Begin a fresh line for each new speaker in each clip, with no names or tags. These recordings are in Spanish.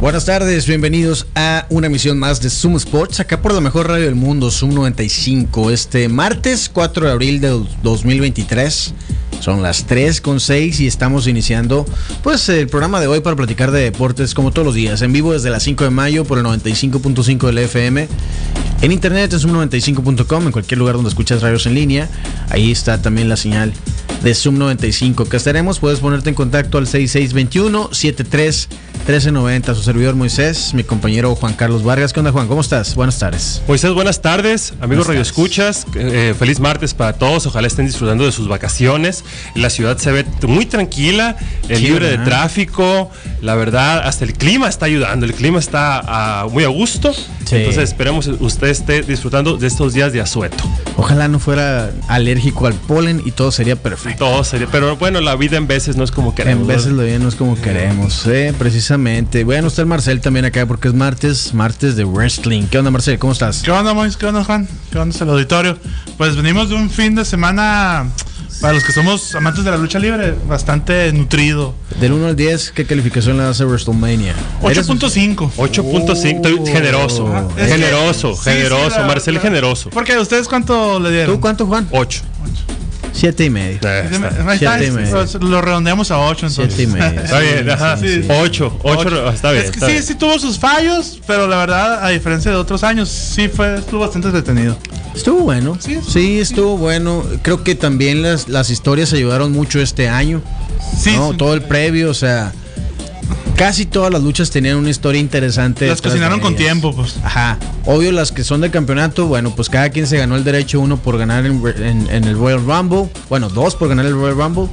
Buenas tardes, bienvenidos a una emisión más de Zoom Sports, acá por la mejor radio del mundo, Zoom 95, este martes 4 de abril de 2023. Son las 3 con 6 y estamos iniciando pues el programa de hoy para platicar de deportes como todos los días, en vivo desde las 5 de mayo por el 95.5 del FM, en internet en zoom95.com, en cualquier lugar donde escuchas radios en línea, ahí está también la señal de Zoom 95 que estaremos, puedes ponerte en contacto al 6621 73 1390, su servidor Moisés, mi compañero Juan Carlos Vargas. ¿Qué onda, Juan? ¿Cómo estás? Buenas tardes.
Moisés, buenas tardes, amigos Radio Escuchas. eh, feliz martes para todos. Ojalá estén disfrutando de sus vacaciones. La ciudad se ve t- muy tranquila, eh,
Sí,
libre de
¿verdad?
tráfico. La verdad, hasta el clima está ayudando. El clima está ah, muy a gusto.
Sí.
Entonces, esperemos usted esté disfrutando de estos días de asueto.
Ojalá no fuera alérgico al polen y todo sería perfecto.
Todo sería, pero bueno, la vida en veces no es como queremos.
En veces
¿verdad?
lo bien no es como queremos, eh, precisamente. Bueno, está el Marcel también acá porque es martes, martes de wrestling. ¿Qué onda, Marcel? ¿Cómo estás?
¿Qué onda, Mois? ¿Qué onda, Juan? ¿Qué onda el auditorio? Pues venimos de un fin de semana, para los que somos amantes de la lucha libre, bastante nutrido.
Del 1 al 10, ¿qué calificación le das a WrestleMania? Eres-
8.5.
8.5, generoso,
Ajá.
Oh. Ah, Es que-
generoso,
sí,
generoso,
sí, la-
Marcel
la-
generoso.
Porque ustedes cuánto le dieron?
¿Tú cuánto, Juan?
8.
7 y medio.
Ah,
Dime, ahí está,
Siete y medio.
pues, lo redondeamos a 8 entonces.
Siete y medio.
Está bien, ajá.
sí, sí.
8, 8, está bien.
Es que
está
sí,
bien.
sí tuvo sus fallos, pero la verdad, a diferencia de otros años, sí fue, estuvo bastante entretenido.
Estuvo bueno. Sí,
Sí,
estuvo bueno. Creo que también las, las historias ayudaron mucho este año.
Sí,
¿no?
sí.
Todo el previo, o sea, casi todas las luchas tenían una historia interesante.
Las
detrás
cocinaron
de
con
ellas.
tiempo, pues.
Ajá. Obvio, las que son de campeonato, bueno, pues cada quien se ganó el derecho, uno por ganar en, en- en el Royal Rumble, bueno, dos por ganar el Royal Rumble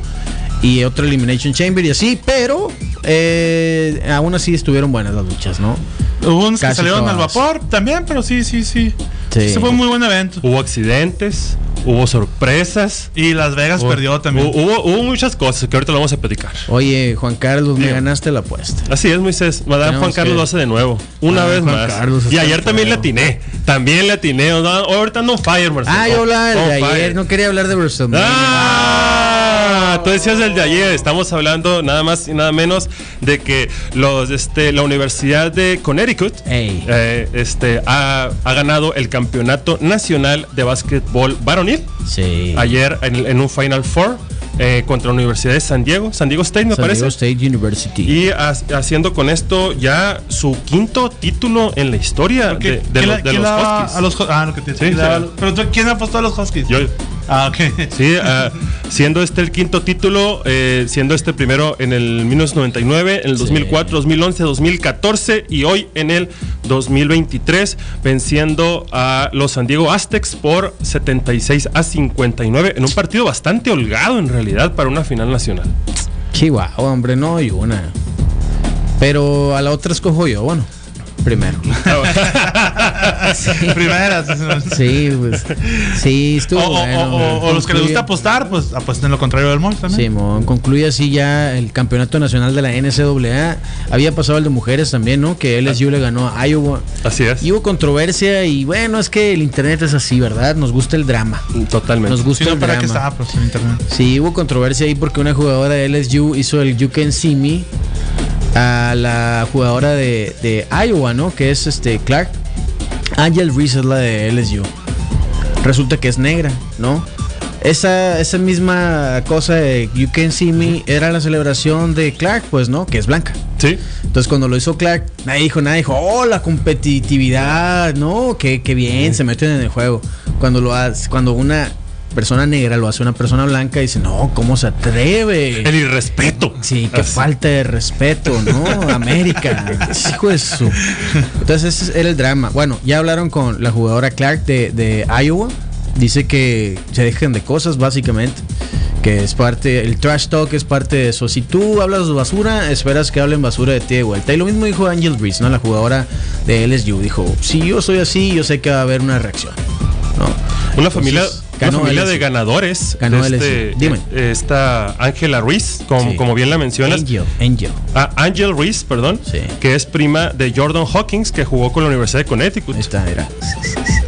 y otro Elimination Chamber y así, pero eh, aún así estuvieron buenas las luchas, ¿no?
Hubo unos que
Casi
salieron al
todas.
vapor también, pero sí, sí, sí.
Sí.
Ese fue un muy buen evento.
Hubo accidentes, hubo sorpresas.
Y Las Vegas
hubo-
Pues perdió también.
hu- Hubo, hubo muchas cosas que ahorita lo vamos a platicar.
Oye, Juan Carlos, me
Digo.
ganaste la apuesta.
Así es, Moisés. Madame
Tenemos
Juan Carlos
que-
lo hace de nuevo. Una
Ah,
vez
Juan
más.
Carlos
y
está
ayer
en
también le
fuego.
atiné. También le atiné. ¿no? Ahorita no fire, Marcelo.
Ah,
Oh,
yo hablaba del
On
de ayer,
fire.
no quería hablar de WrestleMania.
¡Ah! Tú decías el de ayer, estamos hablando nada más y nada menos de que los, este, la Universidad de Connecticut
Ey.
eh, este, ha, ha ganado el Campeonato Nacional de Básquetbol Varonil
Sí.
ayer en, en un Final Four eh, contra la Universidad de San Diego, San Diego State me
San
parece.
Diego State University.
Y ha- haciendo con esto ya su quinto título en la historia de, de
¿Qué- quién
los,
la-
de
quién
los
la daba
Huskies.
A los, Hus- ah, lo que te
Sí,
quién
sí.
la daba a los- Pero tú, ¿quién apostó a los Huskies?
Yo-
Ah, ok.
Sí, ah, siendo este el quinto título, eh, siendo este primero en el 1999, en el 2004, 2011, 2014 y hoy en el 2023, venciendo a los San Diego Aztecs por 76 a 59 en un partido bastante holgado en realidad para una final nacional.
Chihuahua, hombre, no hay una. Pero a la otra escojo yo, bueno, primero.
Primeras. sí.
Sí, pues. Sí,
O,
estuvo
o- o-
bueno.
o- o los que les
Concluye-
gusta apostar, pues apuesten lo contrario del Mois también.
Simón, concluye así ya el campeonato nacional de la NCAA. Había pasado el de mujeres también, ¿no? Que LSU le ganó a Iowa.
Así es.
Y hubo controversia y bueno, es que el internet es así, ¿verdad? Nos gusta el drama.
Totalmente.
Nos gusta
Si no,
el
¿para
drama.
qué está? Pues en internet.
Sí, hubo controversia ahí porque una jugadora de LSU hizo el You Can See Me a la jugadora de, de Iowa, ¿no? Que es este Clark. Angel Reese es la de LSU. Resulta que es negra, ¿no? Esa, esa misma cosa de You Can See Me era la celebración de Clark, pues, ¿no? Que es blanca.
Sí.
Entonces cuando lo hizo Clark, nadie dijo nada, dijo, oh, la competitividad, no, qué, qué bien, se meten en el juego. Cuando lo hace, cuando una persona negra lo hace una persona blanca, dice, no, ¿cómo se
El
atreve?
irrespeto.
Sí, qué
Así.
falta de respeto, ¿no? América, hijo de su. Entonces ese era el drama. Bueno, ya hablaron con la jugadora Clark de, de Iowa, dice que se dejen de cosas, básicamente. Que es parte, el trash talk es parte de eso. Si tú hablas basura, esperas que hablen basura de ti de vuelta. Y lo mismo dijo Angel Reese, ¿no? La jugadora de LSU. Dijo, si yo soy así, yo sé que va a haber una reacción. ¿no?
Una familia
Entonces,
Una
Ganó
familia
LSU.
de ganadores.
Ganó
este,
LSU. Dime.
eh, Esta Ángela Ruiz, como,
Sí.
como bien la mencionas.
Angel, Angel.
Ah, Angel Reese, perdón,
Sí.
que es prima de Jordan Hawkins, que jugó con la Universidad de Connecticut.
Ahí está, mira.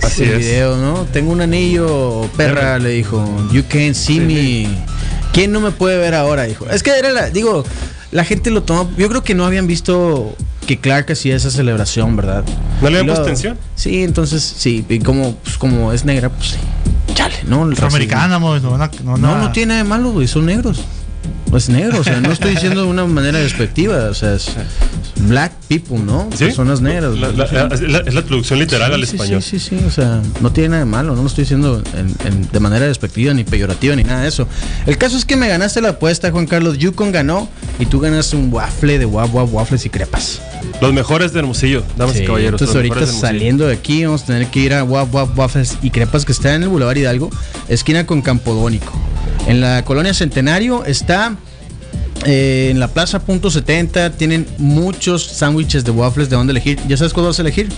Así
el
es.
video, ¿no? Tengo un anillo, perra,
Perra.
le dijo. You can't see me. ¿Quién no me puede ver ahora? Dijo. Es que era la. Digo, la gente lo tomó. Yo creo que no habían visto que Clark hacía esa celebración, ¿verdad?
¿No le
Y
habían puesto
luego-
atención?
Sí, entonces, sí. Y como, pues, como es negra, pues sí. Chale, ¿no? El
Es
racismo.
americana, güey, no, no, no,
No,
nada.
no tiene nada de malo, güey. Son negros. Es negro, o sea, no estoy diciendo de una manera despectiva, o sea, es black people, ¿no?
¿Sí?
Personas negras.
La-
güey.
la- la- es la- es la traducción literal
Sí,
al
sí,
español.
Sí, sí, sí, o sea, no tiene nada de malo, no lo estoy diciendo en- en- de manera despectiva ni peyorativa ni nada de eso. El caso es que me ganaste la apuesta, Juan Carlos. Yukon ganó y tú ganaste un waffle de guap, guap, waffles y crepas.
Los mejores de Hermosillo, damas
Sí,
y caballeros.
Entonces
los
ahorita
mejores de Hermosillo.
saliendo de aquí vamos a tener que ir a Wap Wap Waffles y Crepas que está en el Boulevard Hidalgo, esquina con Campodónico. En la colonia Centenario está eh, en la plaza punto 70, tienen muchos sándwiches de waffles de dónde elegir. ¿Ya sabes cuál vas a elegir?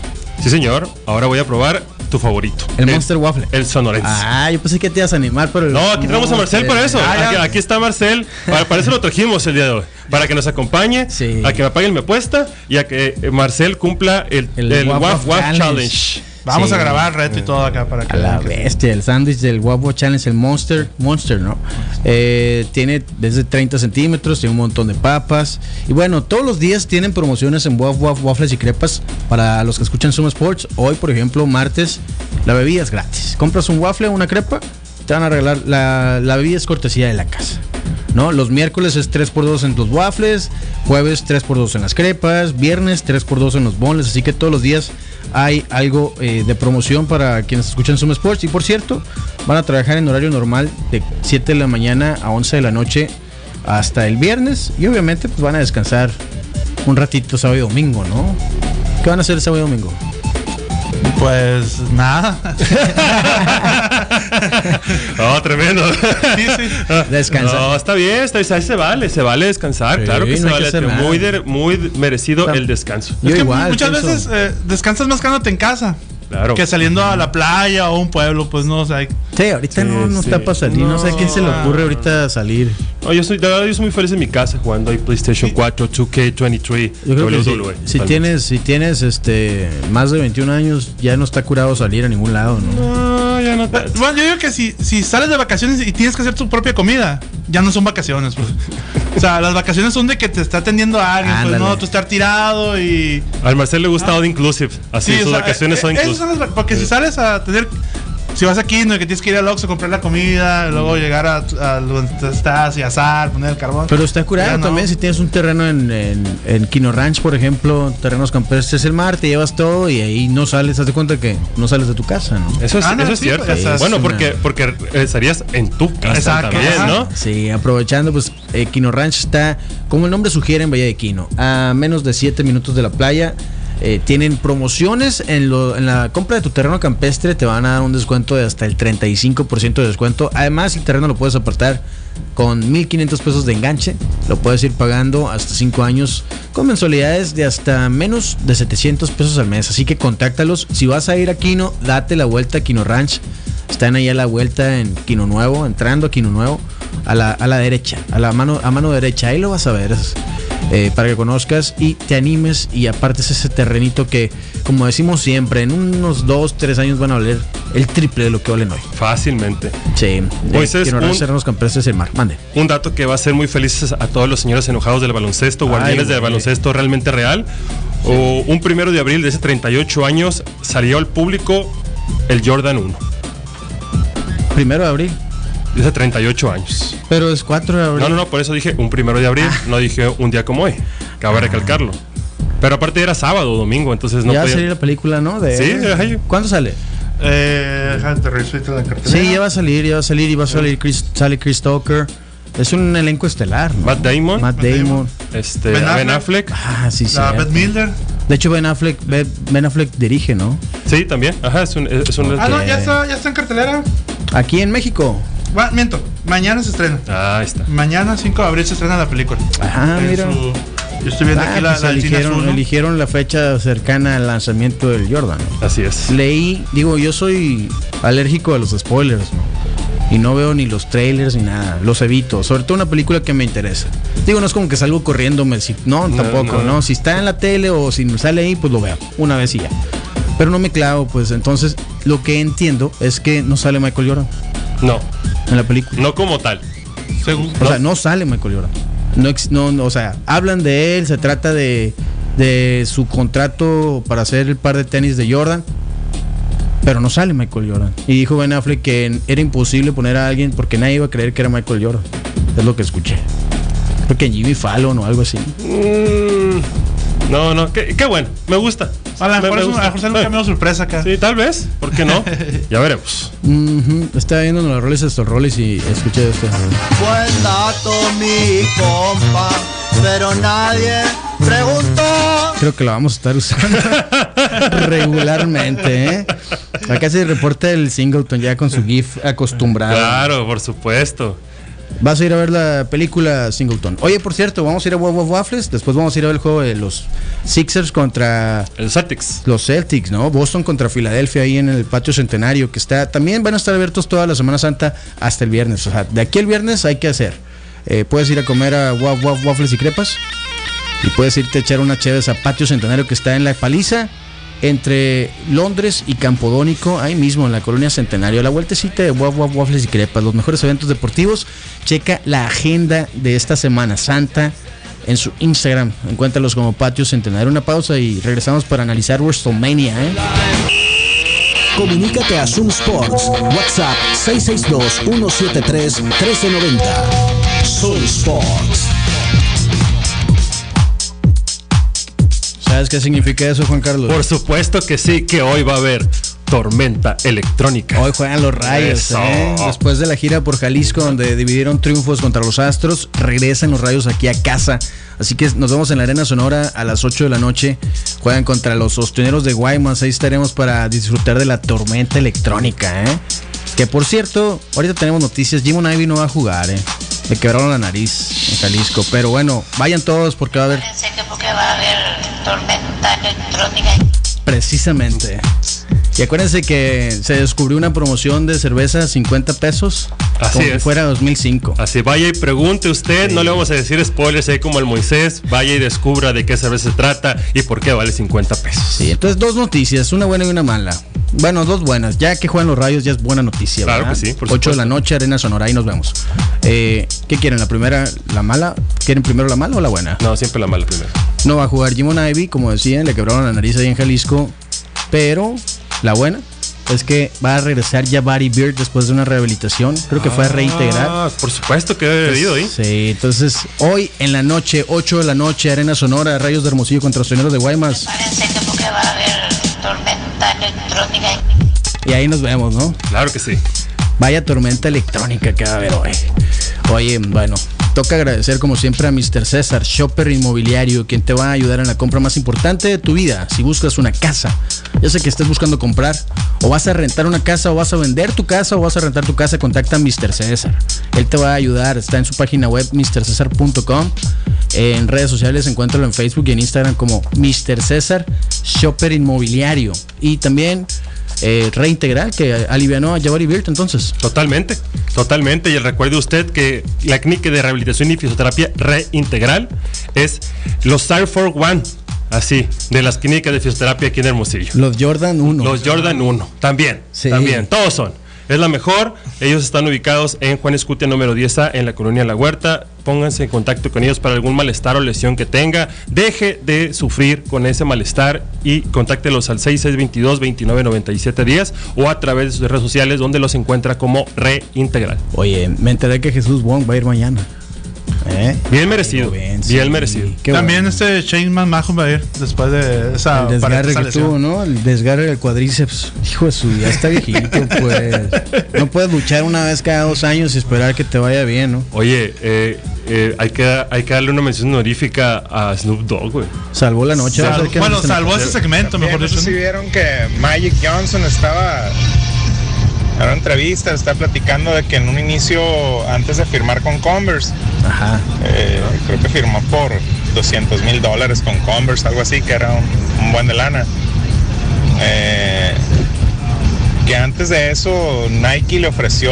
Sí, señor. Ahora voy a probar tu favorito.
El Monster Waffle.
El sonorense.
Ah, yo pensé que te ibas a animar, pero...
No, aquí tenemos a Marcel
te-
para eso.
Ah, ya.
Aquí, aquí está Marcel. Para, para eso lo trajimos el día de hoy. Para que nos acompañe,
Sí.
a que me paguen mi apuesta y a que eh, Marcel cumpla el,
El
el,
Waf
Waf
Waf
Waf
Challenge.
Challenge.
Vamos
Sí.
a grabar el reto y todo acá para que
A la
vean que-
bestia, el sándwich del Guapo Challenge, el Monster, Monster, ¿no? Eh, tiene desde 30 centímetros, tiene un montón de papas. Y bueno, todos los días tienen promociones en Waf Waf Waffles y Crepas para los que escuchan Suma Sports. Hoy, por ejemplo, martes, la bebida es gratis. Compras un waffle, una crepa, te van a regalar la, la bebida es cortesía de la casa. ¿No? Los miércoles es 3x2 en los waffles, jueves 3x2 en las crepas, viernes 3x2 en los bonles, así que todos los días hay algo eh, de promoción para quienes escuchan Sum Sports. Y por cierto, van a trabajar en horario normal de 7 de la mañana a 11 de la noche hasta el viernes y obviamente pues, van a descansar un ratito sábado y domingo, ¿no? ¿Qué van a hacer el sábado y domingo?
Pues nada.
Oh, tremendo.
Sí, sí.
Descansar.
No, está bien, está, está- se vale, se vale descansar,
Sí,
claro que
no
se
hay que
vale.
hacer
pero
nada.
muy, de- muy merecido el descanso.
Yo
Es que
igual,
muchas
pienso.
veces eh, descansas más quedándote en casa.
Claro.
Que saliendo a la playa o a un pueblo, pues no, o sea,
Sí, ahorita
Sí,
no, no
sí.
está para salir, no, sé a quién se le ocurre ahorita salir.
No, yo, soy, la verdad, yo soy muy feliz en mi casa jugando ahí PlayStation 4, 2K23,
Yo creo que sí.
WWE,
si,
totalmente.
tienes, si tienes este más de 21 años, ya no está curado salir a ningún lado, ¿no?
No, ya no te-
Eh, Bueno, yo digo que si, si sales de vacaciones y tienes que hacer tu propia comida, ya no son vacaciones, pues. O sea, las vacaciones son de que te está atendiendo a alguien, pues
Ándale.
no, tú estar tirado y.
Al Marcel le
Ah.
gusta All Inclusive. Así,
o
sus
sea,
vacaciones
eh,
son
esas son
inclusive.
las vac- Porque si sales a tener. Si vas aquí, no, que tienes que ir al Oxxo, comprar la comida, y
Mm.
luego llegar a, a donde estás y asar, poner el carbón.
Pero está curado
Ya no.
también si tienes un terreno en, en, en Quino Ranch, por ejemplo, terrenos campestres, es el mar, te llevas todo y ahí no sales, haz de cuenta que no sales de tu casa, ¿no?
Eso es,
Ah, no,
eso es
sí,
cierto.
pues, esas-
bueno,
una-
porque, porque estarías en tu casa
Exacto,
también,
ajá.
¿no?
Sí, aprovechando, pues eh, Quino Ranch está, como el nombre sugiere, en Bahía de Quino, a menos de 7 minutos de la playa. Eh, tienen promociones en, lo- en la compra de tu terreno campestre, te van a dar un descuento de hasta el 35% de descuento. Además, el terreno lo puedes apartar con 1.500 pesos de enganche, lo puedes ir pagando hasta 5 años con mensualidades de hasta menos de 700 pesos al mes. Así que contáctalos. Si vas a ir a Quino, date la vuelta a Quino Ranch. Están ahí a la vuelta en Quino Nuevo, entrando a Quino Nuevo, a la, a la derecha, a la mano, a mano derecha. Ahí lo vas a ver es, eh, para que conozcas y te animes y apartes ese terrenito que, como decimos siempre, en unos 2, 3 años van a valer el triple de lo que valen hoy.
Fácilmente.
Sí, eh,
Moisés,
Quino Ranch,
Pues un-
Terrenos Campestres, el mar. Mande.
Un dato que va a ser muy felices a todos los señores enojados del baloncesto, guardianes del
güey.
baloncesto realmente real. O un primero de abril de hace 38 años salió al público el Jordan 1.
Primero de abril.
De hace 38 años.
Pero es 4
Pues
de abril.
No, no, no, por eso dije un primero de
Ah.
abril, no dije un día como hoy. Cabe recalcarlo. Pero aparte era sábado o domingo, entonces no
ya va a
podía.
salir la película, ¿no? De,
Sí, ajá.
¿Cuándo sale?
Eh, déjate revisar la cartelera.
Sí, ya va a salir, ya va a salir y va a salir Chris, sale Chris Tucker. Es un elenco estelar, ¿no?
Matt Damon,
Matt Damon.
este,
Ben
Ben Affleck.
Affleck.
Ah, sí, sí.
La Beth Miller.
De hecho, Ben Affleck, Ben Ben Affleck dirige, ¿no?
Sí, también. Ajá, es un. Es un
Ah, no,
Ok.
ya está, ya está en cartelera.
Aquí en México.
Va, miento, mañana se estrena.
Ah, ahí está.
Mañana 5 de abril se estrena la película.
Ajá,
En
mira.
su- yo estoy viendo
Ah,
aquí la,
pues
la del cine
eligieron,
azul, ¿no?
eligieron la fecha cercana al lanzamiento del Jordan. ¿no?
Así es.
Leí, digo, yo soy alérgico a los spoilers, ¿no? y no veo ni los trailers ni nada. Los evito. Sobre todo una película que me interesa. Digo, no es como que salgo corriéndome. Si, no,
No,
tampoco,
no.
no. Si está en la tele o si sale ahí, pues lo veo. Una vez y ya. Pero no me clavo, pues entonces lo que entiendo es que no sale Michael Jordan
No,
en la película.
no como tal.
Según-
O sea, no sale Michael Jordan. No, ex- no, no, o sea, hablan de él, se trata de, de su contrato para hacer el par de tenis de Jordan, pero no sale Michael Jordan. Y dijo Ben Affleck que era imposible poner a alguien porque nadie iba a creer que era Michael Jordan. Es lo que escuché. Porque Jimmy Fallon o algo así.
Mm, no, no, qué, qué bueno, me gusta.
A lo
Me-
mejor,
me
es un- a
gusta.
lo mejor sale un cameo sorpresa acá.
Sí, tal vez, ¿por qué no? ya veremos.
Ujú, Estaba viendo los roles estos roles y escuché esto.
Buen dato, mi compa, pero nadie preguntó.
Creo que lo vamos a estar usando regularmente. ¿eh? Acá se reporta el Singleton ya con su GIF acostumbrado.
Claro, por supuesto.
Vas a ir a ver la película Singleton. Oye, por cierto, vamos a ir a Wawa Waffles. Después vamos a ir a ver el juego de los Sixers contra
El Celtics.
los Celtics, ¿no? Boston contra Filadelfia ahí en el patio centenario que está. También van a estar abiertos toda la Semana Santa hasta el viernes. O sea, de aquí al viernes hay que hacer. Eh, puedes ir a comer a Wawa Waffles y crepas. Y puedes irte a echar una chévere a patio centenario que está en la paliza. Entre Londres y Campodónico, ahí mismo en la colonia Centenario, a la vueltecita de Waf Waf Waffles y Crepas, los mejores eventos deportivos. Checa la agenda de esta Semana Santa en su Instagram. Encuéntralos como Patio Centenario. Una pausa y regresamos para analizar WrestleMania. ¿eh?
Comunícate a Zoom Sports. WhatsApp 662-173-1390. Zoom Sports.
¿Sabes qué significa eso, Juan Carlos?
Por supuesto que sí, que hoy va a haber tormenta electrónica.
Hoy juegan los rayos.
Eso.
¿eh? Después de la gira por Jalisco, donde dividieron triunfos contra los Astros, regresan los rayos aquí a casa. Así que nos vemos en la Arena Sonora a las 8 de la noche. Juegan contra los sosteneros de Guaymas. Ahí estaremos para disfrutar de la tormenta electrónica. ¿eh? Que por cierto, ahorita tenemos noticias. Jimon Ivy no va a jugar. ¿eh? Le quebraron la nariz en Jalisco. Pero bueno, vayan todos porque va a haber
Parece que porque va a haber tormenta electrónica.
precisamente. Y acuérdense que se descubrió una promoción de cerveza a 50 pesos.
Así
como si
es.
fuera 2005.
Así vaya y pregunte usted, no le vamos a decir spoilers ahí como el Moisés, vaya y descubra de qué cerveza se trata y por qué vale 50 pesos.
Sí, entonces dos noticias, una buena y una mala. Bueno, dos buenas. Ya que juegan los rayos, ya es buena noticia.
Claro
¿verdad?
que sí, por
8 de
supuesto.
la noche, Arena Sonora, ahí nos vemos. Eh, ¿Qué quieren? ¿La primera, la mala? ¿Quieren primero la mala o la buena?
No, siempre la mala primero.
No va a jugar Jimon Ivy, como decían, le quebraron la nariz ahí en Jalisco. Pero la buena es que va a regresar ya Barry Beard después de una rehabilitación. Creo que fue a reintegrar.
Ah, por supuesto que ¿eh? debe debido ahí.
Pues, Sí, entonces hoy en la noche, 8 de la noche, Arena Sonora, Rayos de Hermosillo contra los Soneros de Guaymas.
Parece que porque va a haber tormenta electrónica.
Y ahí nos vemos, ¿no?
Claro que sí.
Vaya tormenta electrónica que va a haber hoy. Oye, bueno, toca agradecer como siempre a Mr. César, shopper inmobiliario, quien te va a ayudar en la compra más importante de tu vida. Si buscas una casa, ya sé que estés buscando comprar, o vas a rentar una casa, o vas a vender tu casa, o vas a rentar tu casa, contacta a Mr. César. Él te va a ayudar, está en su página web, mrcesar.com. En redes sociales, encuéntralo en Facebook y en Instagram como Mr. César, shopper inmobiliario. Y también eh, reintegral, que alivianó a Jabari Bird entonces.
Totalmente, totalmente. Y recuerde usted que la clínica de rehabilitación y fisioterapia reintegral es los Air for One, así, de las clínicas de fisioterapia aquí en Hermosillo.
Los Jordan 1.
Los Jordan 1, también,
Sí.
también, todos son. Es la mejor. Ellos están ubicados en Juan Escutia número 10 en la colonia La Huerta. Pónganse en contacto con ellos para algún malestar o lesión que tenga. Deje de sufrir con ese malestar y contáctelos al 6622-299710 o a través de sus redes sociales donde los encuentra como reintegral.
Oye, me enteré que Jesús Wong va a ir mañana. ¿Eh?
Bien merecido.
Bien,
Bien,
sí.
merecido.
Qué
También
bueno.
este Shane McMahon va a ir después de esa
El desgarre
aparente
que
lesión.
tuvo, ¿no? El desgarre del cuadríceps. Hijo de su, ya está viejito, pues. No puedes luchar una vez cada dos años y esperar que te vaya bien, ¿no?
Oye, eh, eh, hay, que, hay que darle una mención honorífica a Snoop Dogg, güey.
Salvó la noche.
Sal-
¿verdad? Que
bueno,
no se-
salvó ese segmento,
Bien,
mejor
no sé
dicho.
si
¿no?
vieron que Magic Johnson estaba en una entrevista, está platicando de que en un inicio, antes de firmar con Converse,
Ajá.
eh, creo que firmó por 200 mil dólares con Converse, algo así, que era un, un buen de lana. Eh, que antes de eso Nike le ofreció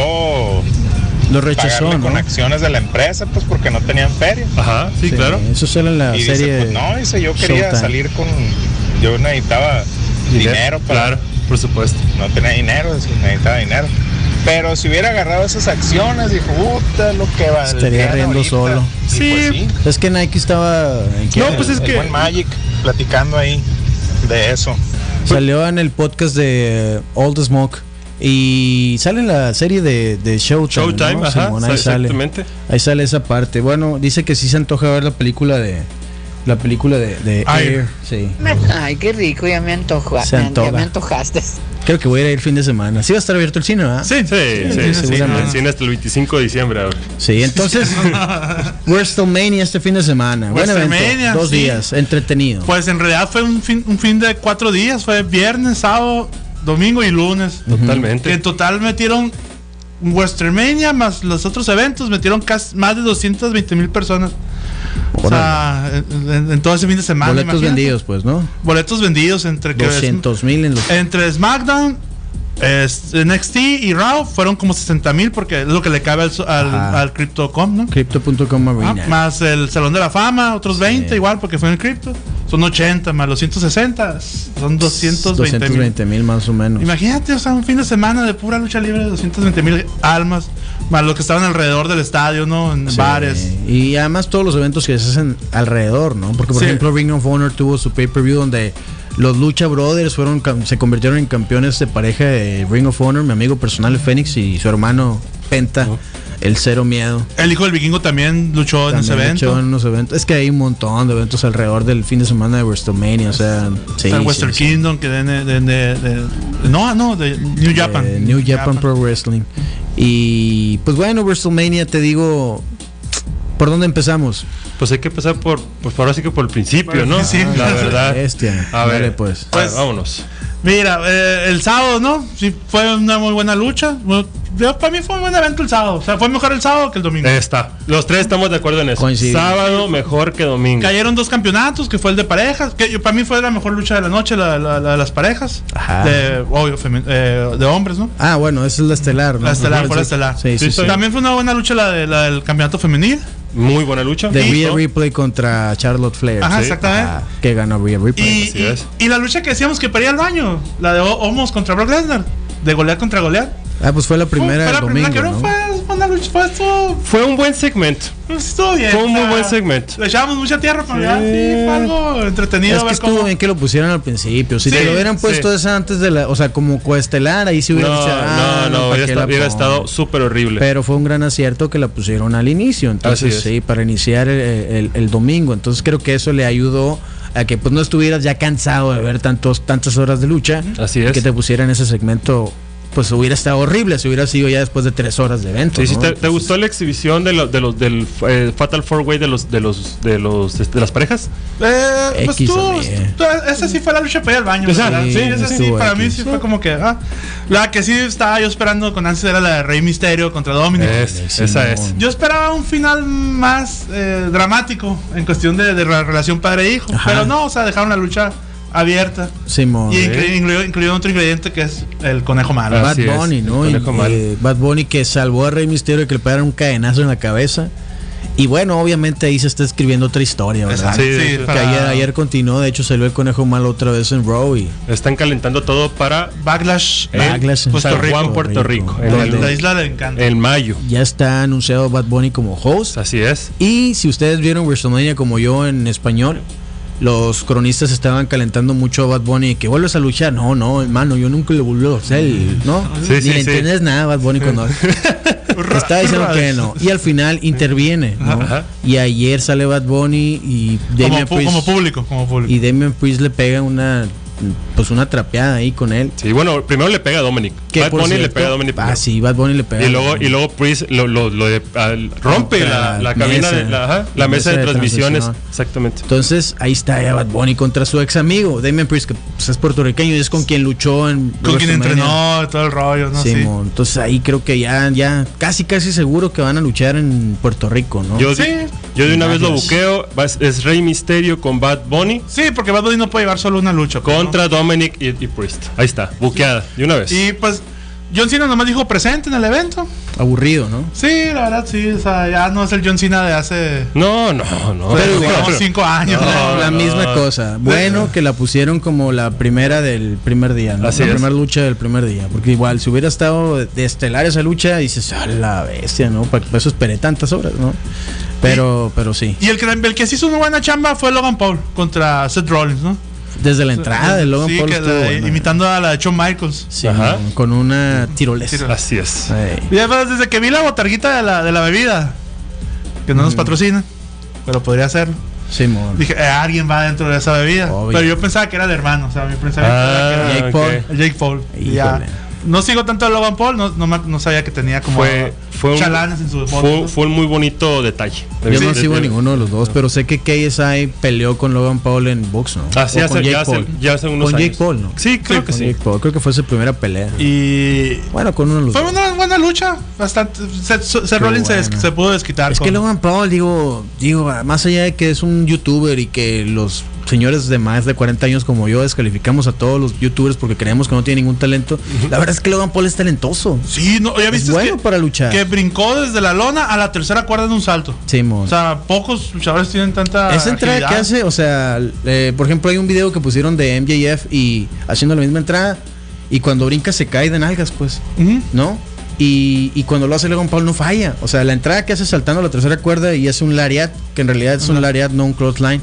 Lo rechazó,
pagarle
¿no?
con acciones de la empresa, pues porque no tenían feria.
Ajá, sí,
Sí,
claro.
Eso sale en la
y
serie.
dice, pues no, dice, yo quería
Showtime.
salir con, yo necesitaba dinero para
Claro, por supuesto.
no tenía dinero, decía, necesitaba dinero. Pero si hubiera agarrado esas acciones, dijo, puta, lo que va.
Estaría riendo solo.
pues
Sí.
Es que Nike estaba.
No, pues es que.
Buen Magic platicando ahí de eso.
Salió en el podcast de All the Smoke. Y sale en la serie de, de Showtime. ¿no?
Showtime, ajá,
Simón,
sa-
ahí sale.
exactamente.
Ahí sale esa parte. Bueno, dice que sí se antoja ver la película de. La película de, de
Air.
Air. Sí.
Ay, qué rico, ya me antoja,
Se
ya- ya
antoja.
me antojaste.
Creo que voy a ir el fin de semana. Sí va a estar abierto el cine, ¿verdad?
Sí, sí, sí, sí,
seguramente.
sí, hasta el 25 de diciembre. ahora.
Sí, entonces. WrestleMania este fin de semana. Buen
WrestleMania,
evento. Dos
sí.
días. Entretenido.
Pues en realidad fue un fin, un fin de cuatro días, fue viernes, sábado, domingo y lunes. Que
Totalmente.
en total metieron WrestleMania más los otros eventos, metieron casi, más de 220 mil personas. O sea, en, en- en todo ese fin de semana.
Boletos
imagínate.
vendidos, pues, ¿no?
Boletos vendidos entre que Eh,
200 mil en los.
entre SmackDown, es- NXT y Raw fueron como 60 mil porque es lo que le cabe al, al,
Ajá.
al Crypto.com, ¿no?
Crypto.com
Ah,
Arena.
más el Salón de la Fama, otros 20 igual porque fue en el cripto. Son 80 más los 160, son 220 mil.
220 mil más o menos.
Imagínate, o sea, un fin de semana de pura lucha libre de 220 mil almas, más los que estaban alrededor del estadio, ¿no? En
Sí.
bares.
Y además todos los eventos que se hacen alrededor, ¿no? Porque, por
Sí.
ejemplo, Ring of Honor tuvo su pay-per-view donde los Lucha Brothers fueron cam- se convirtieron en campeones de pareja de Ring of Honor, mi amigo personal Fénix y su hermano Penta,
Oh.
el Cero Miedo.
El hijo del vikingo también luchó en ese
También luchó
evento.
en unos eventos. Es que hay un montón de eventos alrededor del fin de semana de WrestleMania, o sea, sí,
Está el
sí,
Western
sí.
Kingdom, que de, de- de- de- No, no, de New Japan.
Eh, New Japan, Pro Wrestling. Y pues bueno, WrestleMania, te digo, ¿por dónde empezamos?
Pues hay que empezar por, pues ahora sí que por el principio,
Por el
¿no?
principio.
La verdad.
Ah, Bestia.
A ver,
Dale, pues.
a ver, vámonos.
Mira, eh, el sábado, ¿no? Sí, fue una muy buena lucha. Bueno, yo- para mí fue un buen evento el sábado. O sea, fue mejor el sábado que el domingo.
Ahí está. Los tres estamos de acuerdo en eso.
Coincidimos.
Sábado mejor que domingo.
Cayeron dos campeonatos, que fue el de parejas, que yo- para mí fue la mejor lucha de la noche, la, la- la de las parejas.
Ajá.
De, obvio, femi- eh, de hombres, ¿no?
Ah, bueno, esa es la estelar, ¿no?
La estelar, fue la
Sí,
estelar.
Sí, sí, sí.
También fue una buena lucha la, de, la del campeonato femenil.
Muy buena lucha.
De
Sí,
Rhea
¿no?
Ripley contra Charlotte Flair.
Ajá,
Sí.
exactamente.
Ah, que ganó Rhea
Y,
Ripley.
así
y-
es.
y la lucha que decíamos que perdía el baño, la de O- Omos contra Brock Lesnar, de golear contra golear.
ah, pues fue la primera
fue
del
la
domingo,
primera que no
¿no?
fue, fue una lucha, fue esto.
Fue un buen segmento.
Pues estuvo bien.
Fue un
o sea,
muy buen segmento.
Le echábamos mucha tierra, pero ya sí, fue algo entretenido.
Es que
ver
estuvo
cómo-
bien que lo pusieron al principio. Si
Sí,
te lo hubieran
sí.
puesto esa antes de la. O sea, como coestelar, ahí sí
No,
hubiera dicho, ah,
no, no,
¿para
hubiera
qué la
estado- hubiera
pongo?
estado súper horrible.
Pero fue un gran acierto que la pusieron al inicio, entonces
Así es.
sí, para iniciar el, el- el domingo. Entonces creo que eso le ayudó a que pues no estuvieras ya cansado de ver tantos, tantas horas de lucha.
Así es.
Que te pusieran ese segmento, pues hubiera estado horrible si hubiera sido ya después de tres horas de evento.
Sí, sí,
¿no?
¿te, te gustó la exhibición de los, de los del eh, Fatal Four Way de los, de los, de los, este, de las parejas?
Eh, pues
X
tú,
también.
tú- esa sí fue la lucha para ir al baño.
O sea,
¿verdad?
sí,
sí, esa sí,
estuvo
para mí
X.
sí fue como que. ah. la que sí estaba yo esperando con ansias era la de Rey Misterio contra Dominic.
Eh.
Es,
sí,
esa
no.
es.
Yo esperaba un final más eh, dramático en cuestión de, de la relación padre-hijo,
Ajá.
pero no, o sea, dejaron la lucha abierta.
Simón. eh,
Y inclu- incluyó, incluyó otro ingrediente que es el conejo malo.
Ah,
Bad
Así es,
Bunny,
el
¿no? Y-
conejo malo.
eh, Bad Bunny que salvó a Rey Misterio de que le pegaron un cadenazo en la cabeza. Y bueno, obviamente ahí se está escribiendo otra historia, ¿verdad?
Sí,
Sí,
sí,
Que
para-
ayer, ayer continuó, de hecho salió el conejo malo otra vez en Raw y
Están calentando todo para
Backlash.
Eh,
Backlash en
Puerto
San
Rico. Juan, Puerto Rico.
de
donde
la isla del encanto.
Eh,
en mayo.
ya está anunciado Bad Bunny como host.
Así es.
Y si ustedes vieron WrestleMania como yo en español, los cronistas estaban calentando mucho a Bad Bunny que vuelves a luchar. No, no, hermano, yo nunca lo vuelvo a hacer, ¿no?
Sí,
Ni
sí,
le
sí.
entiendes nada a Bad Bunny cuando está diciendo que no. Y al final interviene, ¿no?
Ajá.
Y ayer sale Bad Bunny y
como,
Damian
pu-
Priest,
como público, como público.
y Damian Priest le pega una pues una trapeada ahí con él.
Sí, bueno, primero le pega a Dominic.
Que,
Bad
por
Bunny le
cierto,
pega a Dominic.
Ah,
primero.
sí, ah, Bad Bunny le pega.
Y luego, y luego Priest lo, lo- lo de- al- rompe
Contra
la, la
la
cabina
mesa.
de la, ajá, la mesa de, transmisiones.
transmisión.
Exactamente.
Entonces, ahí está ya Bad Bunny contra su ex amigo, Damian Priest, que pues, es puertorriqueño y es con quien luchó en.
con quien
WrestleMania.
entrenó, todo el rollo, ¿no? Sí.
Simón. Entonces ahí creo que ya, ya casi casi seguro que van a luchar en Puerto Rico, ¿no?
Yo,
Sí.
di- Yo de una vez lo
Gracias.
buqueo. va- Es, es Rey Misterio con Bad Bunny
Sí, porque Bad Bunny no puede llevar solo una lucha. pues, ¿no?
contra Dominic y, y Priest. Ahí está, buqueada, de una vez.
Y pues John Cena nomás dijo presente en el evento.
Aburrido, ¿no?
Sí, la verdad, sí. O sea, ya no es el John Cena de hace
No, no, no.
pero,
no,
digamos,
pero-
cinco años.
No,
la
no.
misma cosa. Bueno, que la pusieron como la primera del primer día, ¿no?
Así
la
es.
primera lucha del primer día. Porque igual, si hubiera estado de estelar esa lucha, dices, a la bestia, ¿no? Para eso esperé tantas horas, ¿no? Pero, pero sí.
Y el que, el que sí hizo una buena chamba fue Logan Paul contra Seth Rollins, ¿no?
Desde la entrada de Logan
Sí,
Paul
que
estuvo
la-
buena.
imitando a la de Shawn Michaels.
Sí,
Ajá.
man, con una tirolesa.
Tiro-
Así es.
Ey.
Y además, desde que vi la botarguita de la, de la bebida, que
Mm.
no nos patrocina, pero podría hacerlo.
Simón.
Dije, eh, alguien va dentro de esa bebida.
Obvio.
Pero yo pensaba que era el hermano, o sea, mi pensamiento era que
Ah,
era
Jake
ok.
Paul.
el Jake Paul. Y ya.
Híjole.
No sigo tanto a Logan Paul, no, no, ma- no sabía que tenía como
Fue, fue, un,
chalanes en sus
fue,
botas.
fue un muy bonito detalle.
Yo no
De-
sigo a
de-
ninguno de los dos, pero sé que KSI peleó con Logan Paul en box, ¿no?
Así
O
Ah, hace-
con Jake
ya, hace,
Paul.
ya hace unos
Con
años.
Jake Paul, ¿no?
Sí, creo que
Con
sí.
Jake Paul. Creo que fue su primera pelea.
Y
Bueno, con uno de los
fue
dos.
una buena lucha. Bastante. Seth, Seth Rollins se,
buena.
des- se pudo desquitar.
Es que
con-
Logan Paul, digo, digo, más allá de que es un youtuber y que los señores de más de 40 años como yo descalificamos a todos los youtubers porque creemos que no tiene ningún talento, la verdad es que Logan Paul es talentoso.
Sí, no, ya
Es
viste
bueno
que,
para luchar.
que brincó desde la lona a la tercera cuerda en un salto.
Simón.
O sea, pocos luchadores tienen tanta.
Esa entrada
agilidad.
que hace, o sea, eh, por ejemplo, hay un video que pusieron de MJF y haciendo la misma entrada y cuando brinca se cae de nalgas, pues,
Ujú.
¿no? Y, y cuando lo hace Logan Paul no falla. O sea, la entrada que hace saltando la tercera cuerda y hace un lariat, que en realidad es un lariat, no un clothesline.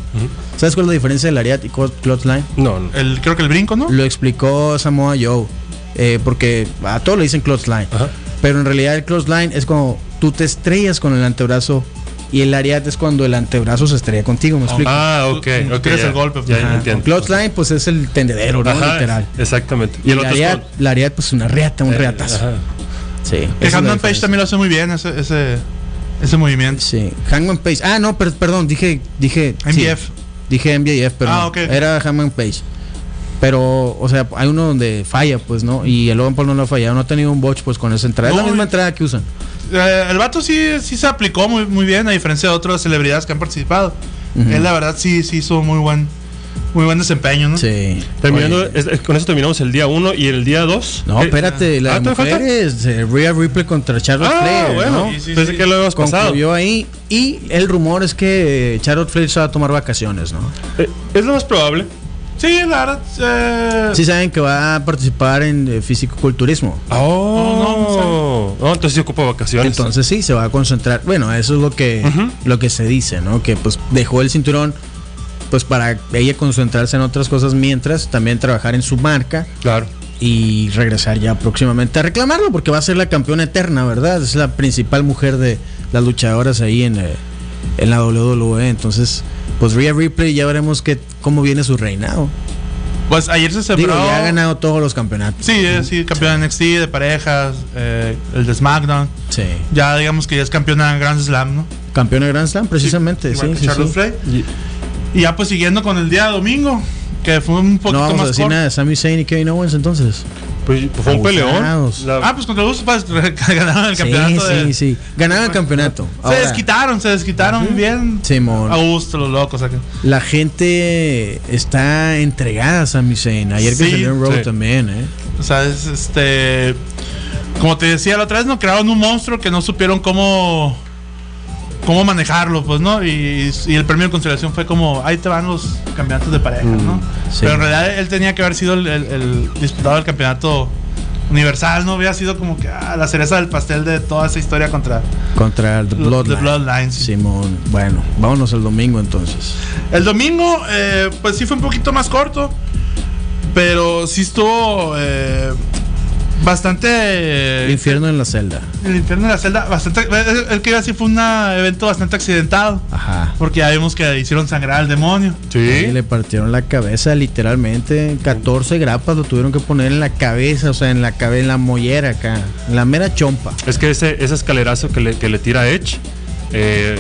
¿Sabes cuál es la diferencia de lariat y clo- clothesline?
No, no.
El, creo que el brinco, ¿no?
Lo explicó Samoa Joe, eh, porque a todos le dicen clothesline.
Ajá.
Pero en realidad el clothesline es cuando tú te estrellas con el antebrazo y el lariat es cuando el antebrazo se estrella contigo, ¿me explico?
Ah, ok.
Tú- tú
ok,
quieres
ya.
el golpe,
Ya,
pues.
ya
Ajá,
entiendo.
Clothesline, pues es el tendedero, ¿no?
Ajá,
Literal.
Exactamente.
Y
Y el
la
otro es
ariat,
con-
la ariat, pues una reata, un
eh,
reatazo.
ajá.
Sí. esa
Que
es la
Hangman Page
diferencia.
también lo hace muy bien, ese, ese, ese movimiento.
Sí. Hangman Page. Ah, no, pero, perdón, dije. dije sí.
MJF.
dije MJF, pero.
Ah,
no,
ok.
Era Hangman Page. Pero, o sea, hay uno donde falla, pues, ¿no? Y el Logan Paul no lo ha fallado, no ha tenido un botch, pues, con esa entrada. es
No,
la misma
y-
entrada que usan.
Eh, el vato sí, sí se aplicó muy, muy bien, a diferencia de otras celebridades que han participado.
Ujú.
Él, la verdad, sí, sí hizo muy buen, muy buen desempeño, ¿no?
Sí.
Terminando,
Oye,
es- es- con eso terminamos el día 1 y el día 2.
no, espérate, la
ah,
de
¿todavía falta?
mujeres, eh, Rhea Ripley contra Charlotte
Ah,
Flair,
bueno.
¿no?
Sí, sí,
Pensé
sí.
que lo habíamos pasado.
Concluyó ahí. Y el rumor es que eh, Charlotte Flair se va a tomar vacaciones, ¿no?
Eh, es lo más probable.
Sí, la verdad. eh,
Sí saben que va a participar en eh, fisicoculturismo.
Oh, Ah, no, entonces sí ocupa vacaciones.
Entonces sí, se va a concentrar. Bueno, eso es lo que,
Ujú.
lo que se dice, ¿no? Que pues dejó el cinturón pues para ella concentrarse en otras cosas mientras también trabajar en su marca
claro.
y regresar ya próximamente a reclamarlo porque va a ser la campeona eterna, ¿verdad? Es la principal mujer de las luchadoras ahí en, eh, en la WWE. Entonces, pues Rhea Ripley ya veremos que, cómo viene su reinado.
pues ayer se
Digo,
celebró.
ya ha ganado todos los campeonatos.
Sí, eh, sí, campeón de NXT, de parejas, eh, el de SmackDown.
Sí.
Ya digamos que ya es campeona en Grand Slam, ¿no?
Campeona de Grand Slam, precisamente.
Igual
Sí,
que
sí,
Charlotte
sí.
Flair. Y ya pues siguiendo con el día domingo, que fue un
No
poquito
vamos a
más
decir
corto.
nada de Sami Zayn y Kevin Owens entonces.
Pues, pues fue un peleón.
Abusados.
La-
Ah, pues contra los pues, ganaron el
Sí,
campeonato. de-
sí, sí. Ganaron el campeonato.
Se
Ahora,
desquitaron, se desquitaron bien.
Simón.
A gusto los locos acá.
La gente está entregada a Sami Zayn. Ayer que
Sí,
salió en Raw
sí.
también, ¿eh?
O sea, es este. Como te decía la otra vez, no crearon un monstruo que no supieron cómo. cómo manejarlo, pues, ¿no? Y, y el premio de consolación fue como, ahí te van los campeonatos de pareja, ¿no?
Mm, sí.
Pero en realidad él tenía que haber sido el, el- el disputado del campeonato universal, ¿no? Había sido como que ah, la cereza del pastel de toda esa historia contra
Contra el The
los
Bloodline.
The Bloodlines.
Simón. Bueno, vámonos el domingo entonces.
El domingo, eh, pues sí fue un poquito más corto, pero sí estuvo eh, bastante...
El infierno en la celda.
El infierno de la celda, bastante. El, el que iba así fue un evento bastante accidentado.
Ajá.
Porque ya vimos que hicieron sangrar al demonio.
Ahí
sí.
le partieron la cabeza literalmente. 14 grapas lo tuvieron que poner en la cabeza, o sea, en la cabeza, en la mollera acá. En la mera chompa.
Es que ese, ese escalerazo que le, que le tira Edge, eh,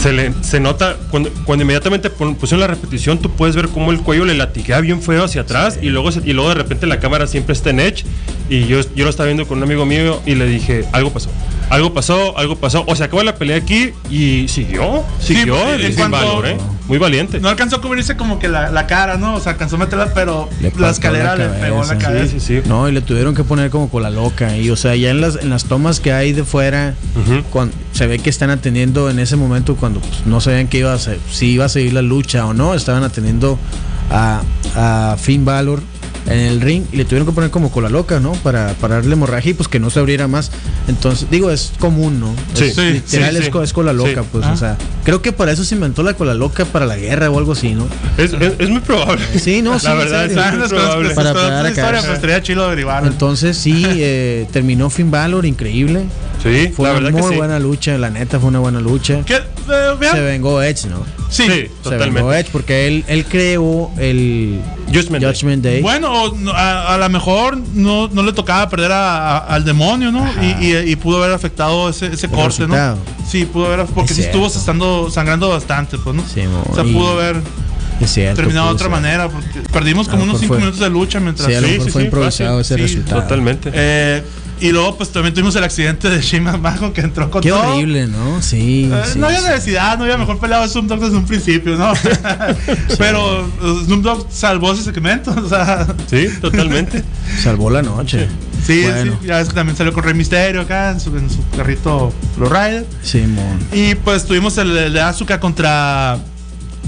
se, le, se nota, cuando, cuando inmediatamente pon- pusieron la repetición, tú puedes ver cómo el cuello le latiguea bien feo hacia atrás y, luego se- y luego de repente la cámara siempre está en Edge y yo, yo lo estaba viendo con un amigo mío y le dije, algo pasó. Algo pasó, algo pasó. O se acabó la pelea aquí y siguió.
Sí,
Siguió
en
el, el
cuanto-
valor, ¿eh? Muy valiente.
No alcanzó a cubrirse como que la, la cara, ¿no? O sea, alcanzó a meterla, pero
Le
la
partió
escalera
la
le pegó en la
cabeza.
cabeza.
sí, sí.
No, y le tuvieron que poner como cola loca. Y o sea, ya en las, en las tomas que hay de fuera,
Ujú.
cuan- se ve que están atendiendo en ese momento cuando pues, no sabían que iba a se- si iba a seguir la lucha o no. Estaban atendiendo a, a Finn Balor en el ring y le tuvieron que poner como cola loca, ¿no? Para pararle hemorragia y pues que no se abriera más. Entonces, digo, es común, ¿no?
Sí,
Es
sí,
literal
sí,
es,
sí.
co- es cola loca,
Sí.
pues,
Ah.
o sea, creo que para eso se inventó la cola loca para la guerra o algo así, ¿no?
Es, es- es muy probable.
Sí, no, sí,
La
en
verdad
serio.
es
¿Saben
muy
las cosas
probable.
que
Para
para
pegar
otra
la
historia?
cabeza.
Pues estaría chido averiguarlo.
Entonces, sí, eh, terminó Finn Balor, increíble.
Sí,
Fue
la
una
verdad que
muy
sí.
buena lucha, la neta fue una buena lucha.
¿Qué? Eh, vean.
Se vengó Edge, ¿no?
Sí.
Sí.
Se
Totalmente.
vengó Edge porque él, él creó el
Judgment Day.
Judgment Day.
Bueno, o no- a, a lo mejor no, no le tocaba perder a- a- al demonio, ¿no? Y, y- y pudo haber afectado ese, ese corte, ¿no?
resultado.
Sí, pudo haber. Porque
Es
sí estuvo
cierto.
sangrando, sangrando bastante, pues, ¿no?
Sí, mo-
o sea,
y-
pudo haber
Es cierto,
terminado de
pudo
otra
ser.
manera. Porque perdimos como
A lo mejor
unos 5
fue-
minutos de lucha mientras.
Sí, a lo
Sí,
mejor
sí,
fue
sí,
improvisado ese
fácil,
sí,
resultado.
Totalmente.
Eh, y luego, pues también tuvimos el accidente de Shane McMahon que entró con
Qué
todo.
horrible, ¿no? Sí.
Eh,
sí,
no había
sí.
necesidad, no había mejor peleado a Snoop Dogg desde un principio, ¿no? Pero eh, Snoop Dogg salvó ese segmento, o sea.
Sí, totalmente.
Salvó la noche.
Sí,
Bueno.
sí, ya ves que también salió con Rey Misterio acá en su, en su carrito Flow Rider.
Sí, mon.
Y pues tuvimos el, el de Azuka contra.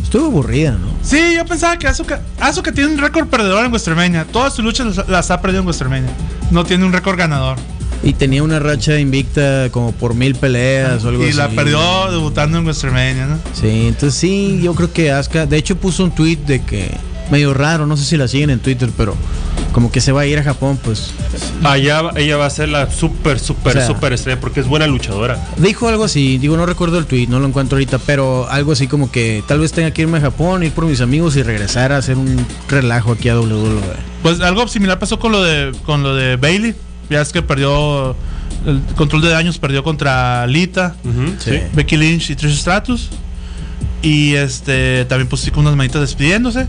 Estuvo aburrida, ¿no?
Sí, yo pensaba que Azuka. Azuka tiene un récord perdedor en WrestleMania. Todas sus luchas las, las ha perdido en WrestleMania. No tiene un récord ganador.
Y tenía una racha invicta como por mil peleas o algo
y
así.
la perdió debutando en WrestleMania, ¿no?
Sí, entonces sí, yo creo que Asuka, de hecho puso un tweet de que medio raro, no sé si la siguen en Twitter, pero como que se va a ir a Japón, pues
Allá va- ella va a ser la super super
O sea,
super estrella porque es buena luchadora.
dijo algo así, digo no recuerdo el tweet, no lo encuentro ahorita, pero algo así como que tal vez tenga que irme a Japón, ir por mis amigos y regresar a hacer un relajo aquí a E. WWE.
Pues algo similar pasó con lo de con lo de Bailey. Ya es que perdió el control de daños, perdió contra Lita,
Ujú, sí.
Becky Lynch y Trish Stratus. Y este también pues sí con unas manitas despidiéndose.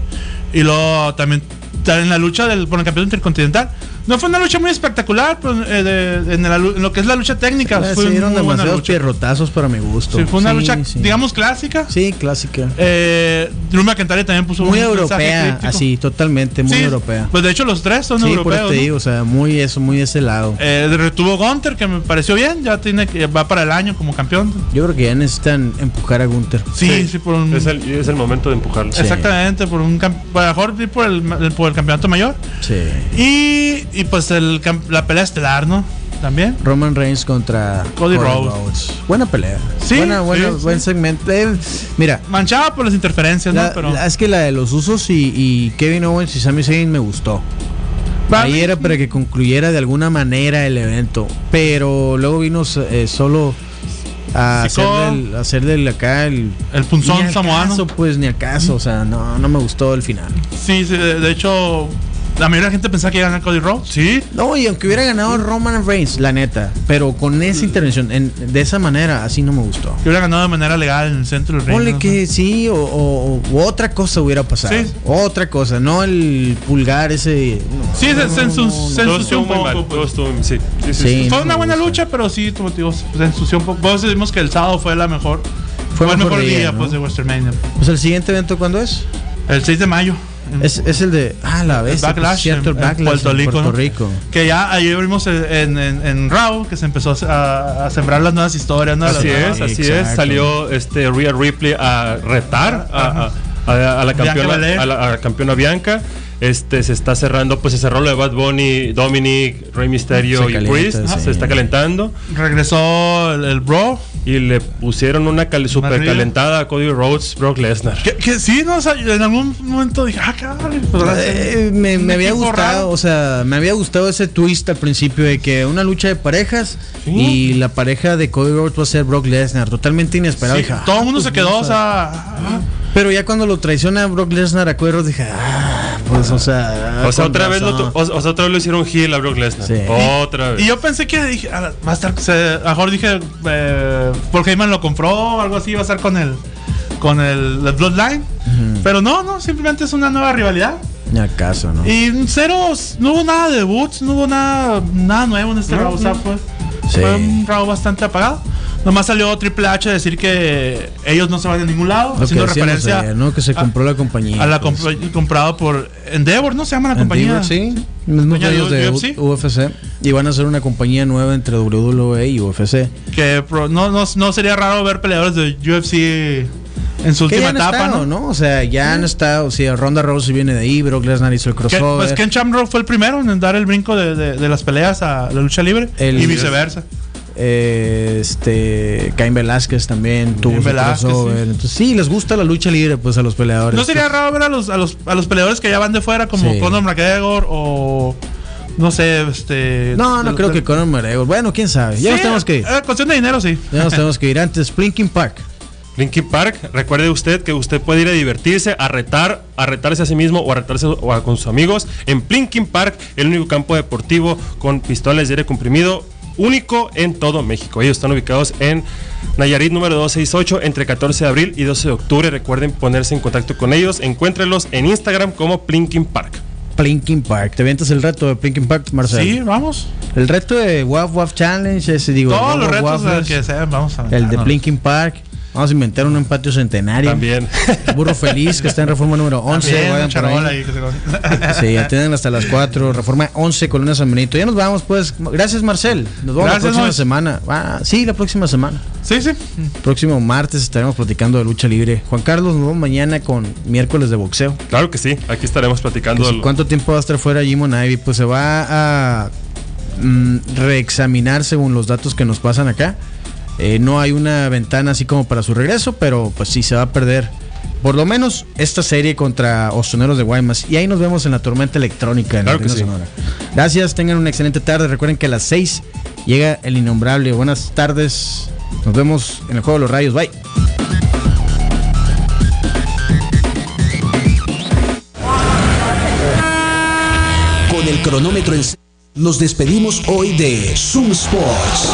Y luego también ta- en la lucha del por el campeonato intercontinental. No fue una lucha muy espectacular, pero eh, de- en, la lu- en lo que es la lucha técnica.
Ah, se
fue muy
dieron
buena
demasiados
lucha.
pierrotazos para mi gusto.
Sí, fue una
Sí,
lucha,
sí.
digamos, clásica.
Sí, clásica.
Eh, Drew McIntyre también puso
Muy
un mensaje
europea,
críptico.
así, totalmente muy
Sí,
europea.
Pues de hecho los tres son
Sí, por
europeos.
eso te
¿no?
digo, o sea, muy eso, muy ese lado.
Eh, retuvo Gunter, que me pareció bien. Ya tiene que va para el año como campeón.
Yo creo que ya necesitan empujar a Gunther.
Sí, sí, por un.
Es el, es el momento de empujarla.
Sí.
Exactamente, por un cam- a lo mejor sí por el, el- por el campeonato mayor.
Sí.
Y, y pues el, cam- la pelea estelar, ¿no? También.
Roman Reigns contra
Cody Rhodes.
Buena pelea.
Sí,
buena, buena-
sí, sí.
buen segmento. Eh, mira,
Manchada por las interferencias,
la-
¿no? Pero.
la- es que la de los usos y, y Kevin Owens y Sami Zayn me gustó.
Para
Ahí
mí-
era para que concluyera de alguna manera el evento. Pero luego vino eh, solo a hacer
Sicó.
del, a hacer del acá el.
el
ni
punzón
al
samoano.
caso, pues ni acaso. O sea, no, no me gustó el final.
Sí, sí, de, de hecho, la mayoría de la gente pensaba que iba a ganar Cody Rhodes.
Sí,
No, y aunque hubiera ganado Roman Reigns, la neta. Pero con esa intervención, en- de esa manera, así no me gustó.
Que hubiera ganado de manera legal en el centro del ring.
Ponle
¿no?
que sí, o, o- o otra cosa hubiera pasado.
Sí.
Otra cosa, no el pulgar ese. no.
Sí, se, se ensu- se
todo
ensució
estuvo
un
muy
poco.
mal.
pues.
todo estuvo- sí, sí, sí,
Sí,
sí.
no
Fue
me
una buena
gusta.
lucha, pero sí, como te digo, se se ensució un poco. Vos decimos que el sábado fue la mejor. Fue,
Fue
el
mejor
mejor día,
día, ¿no?
pues, de WrestleMania.
Pues el siguiente evento, ¿cuándo es?
El 6 de mayo.
Es, es el de. Ah, la vez.
Backlash
Cierto, el
en- en
Backlash
Puerto
en
Rico,
Puerto
¿no?
Rico.
Que ya ayer vimos en, en, en Raw que se empezó a, a sembrar las nuevas historias, ¿no?
Así
Las
es,
nuevas-
así es.
Exacto.
Salió este Rhea Ripley a retar a, a- a- a la
Bianca
campeona
Belair.
a la, a la campeona Bianca. Este se está cerrando, pues se cerró lo de Bad Bunny, Dominic, Rey Mysterio
Se
y
calienta,
Priest.
sí.
Se está calentando
Regresó el, el Bro.
y le pusieron una cal super calentada a Cody Rhodes, Brock Lesnar.
Que, que sí, ¿no? O sea, en algún momento dije, ah, cabrón. pues, ahora sí.
Eh, me,
Un
me había
equipo
gustado,
raro.
o sea, me había gustado ese twist al principio de que una lucha de parejas y la pareja de Cody Rhodes va a ser Brock Lesnar, totalmente inesperado.
Sí,
Dije, ah,
todo el mundo
pues
se quedó,
vamos
o
a-
sea. ah,
Pero ya cuando lo traiciona Brock Lesnar a Cody Rhodes dije, ah, pues, o sea.
O sea,
con
otra vez lo,
razón.
tu- o, o sea, otra vez lo hicieron heel a Brock Lesnar.
Sí.
Otra vez.
Y yo pensé que dije, "Ah, va a estar, se- a lo mejor dije, eh, Paul Heyman lo compró o algo así, va a estar con el, con el, la Bloodline. Pero no, no, simplemente es una nueva rivalidad.
Ni acaso, ¿no?
Y cero, no hubo nada de debuts, no hubo nada, nada nuevo en este Raw, o sea, fue-
Sí.
Fue un round bastante apagado. Nomás salió Triple H a decir que ellos no se van a ningún lado,
Lo que
haciendo
decíamos
referencia
ayer, ¿no? Que se
a-
compró la compañía.
a la
pues.
comp- comprado por Endeavor, ¿no? Se llama la compañía.
Endeavor, sí. Mismos
Compañía
dueños
de
de
UFC.
U- UFC. Y van a ser una compañía nueva entre WWE y UFC.
Que pro- no, no, no sería raro ver peleadores de UFC en su
Que ya
Pues última
han
etapa,
estado,
¿no?
¿no? O sea, ya han estado. O sea, Ronda Rousey viene de ahí, Brock Lesnar hizo el
Que-
crossover.
pues Ken Shamrock fue el primero en dar el brinco de, de- de las peleas a la lucha libre
El-
y viceversa.
Eh, este Cain Velázquez también tuvo
Caín
su
Velázquez,
crossover.
sí.
Entonces, sí, les gusta la lucha libre pues a los peleadores.
No sería raro ver a los, a los, a los peleadores que ya van de fuera, como
Sí.
Conor McGregor o. No sé, este.
No, no creo que Conor McGregor. Bueno, quién sabe. Ya nos
Sí,
tenemos que ir.
eh, cuestión de dinero, sí.
Ya nos tenemos que ir antes. Plinking Park.
Linkin Park, recuerde usted que usted puede ir a divertirse, a retar, a retarse a sí mismo o a retarse o a- con sus amigos en Plinkin Park, el único campo deportivo con pistones de aire comprimido único en todo México. Ellos están ubicados en Nayarit número 268 entre 14 de abril y 12 de octubre. Recuerden ponerse en contacto con ellos. Encuéntrenlos en Instagram como Plinkin Park.
Plinking Park. ¿Te avientas el reto de Plinking Park, Marcelo?
Sí, vamos.
El reto de Waf Waf Challenge, ese digo.
Todos
Waf
los
Waf
retos eh,
Waffles,
que Ah, sean, vamos a
El de
aventarnos.
Plinking Park. Vamos a inventar un patio centenario.
También.
Burro Feliz, que está en reforma número 11.
También,
vayan
un
por ahí.
charol ahí que se conoce.
Sí, atienden hasta las 4. Reforma 11, Colonia San Benito. Ya nos vamos, pues. Gracias, Marcel. Nos vemos
Gracias,
la próxima
Mois.
semana. Ah, sí, la próxima semana.
Sí, sí.
Próximo martes estaremos platicando de lucha libre. Juan Carlos, nos vemos mañana con miércoles de boxeo.
Claro que sí, aquí estaremos
Que
platicando.
si- ¿Cuánto tiempo va a estar fuera Jimon Ivy? Pues se va a mm, reexaminar según los datos que nos pasan acá. Eh, no hay una ventana así como para su regreso, pero pues sí se va a perder. Por lo menos esta serie contra Ozoneros de Guaymas. Y ahí nos vemos en la tormenta electrónica. En
Claro que
Arena
sí.
Sonora. Gracias, tengan una excelente tarde. Recuerden que a las 6 llega el innombrable. Buenas tardes. Nos vemos en el Juego de los Rayos. Bye.
Con el cronómetro en cero, nos despedimos hoy de Zoom Sports.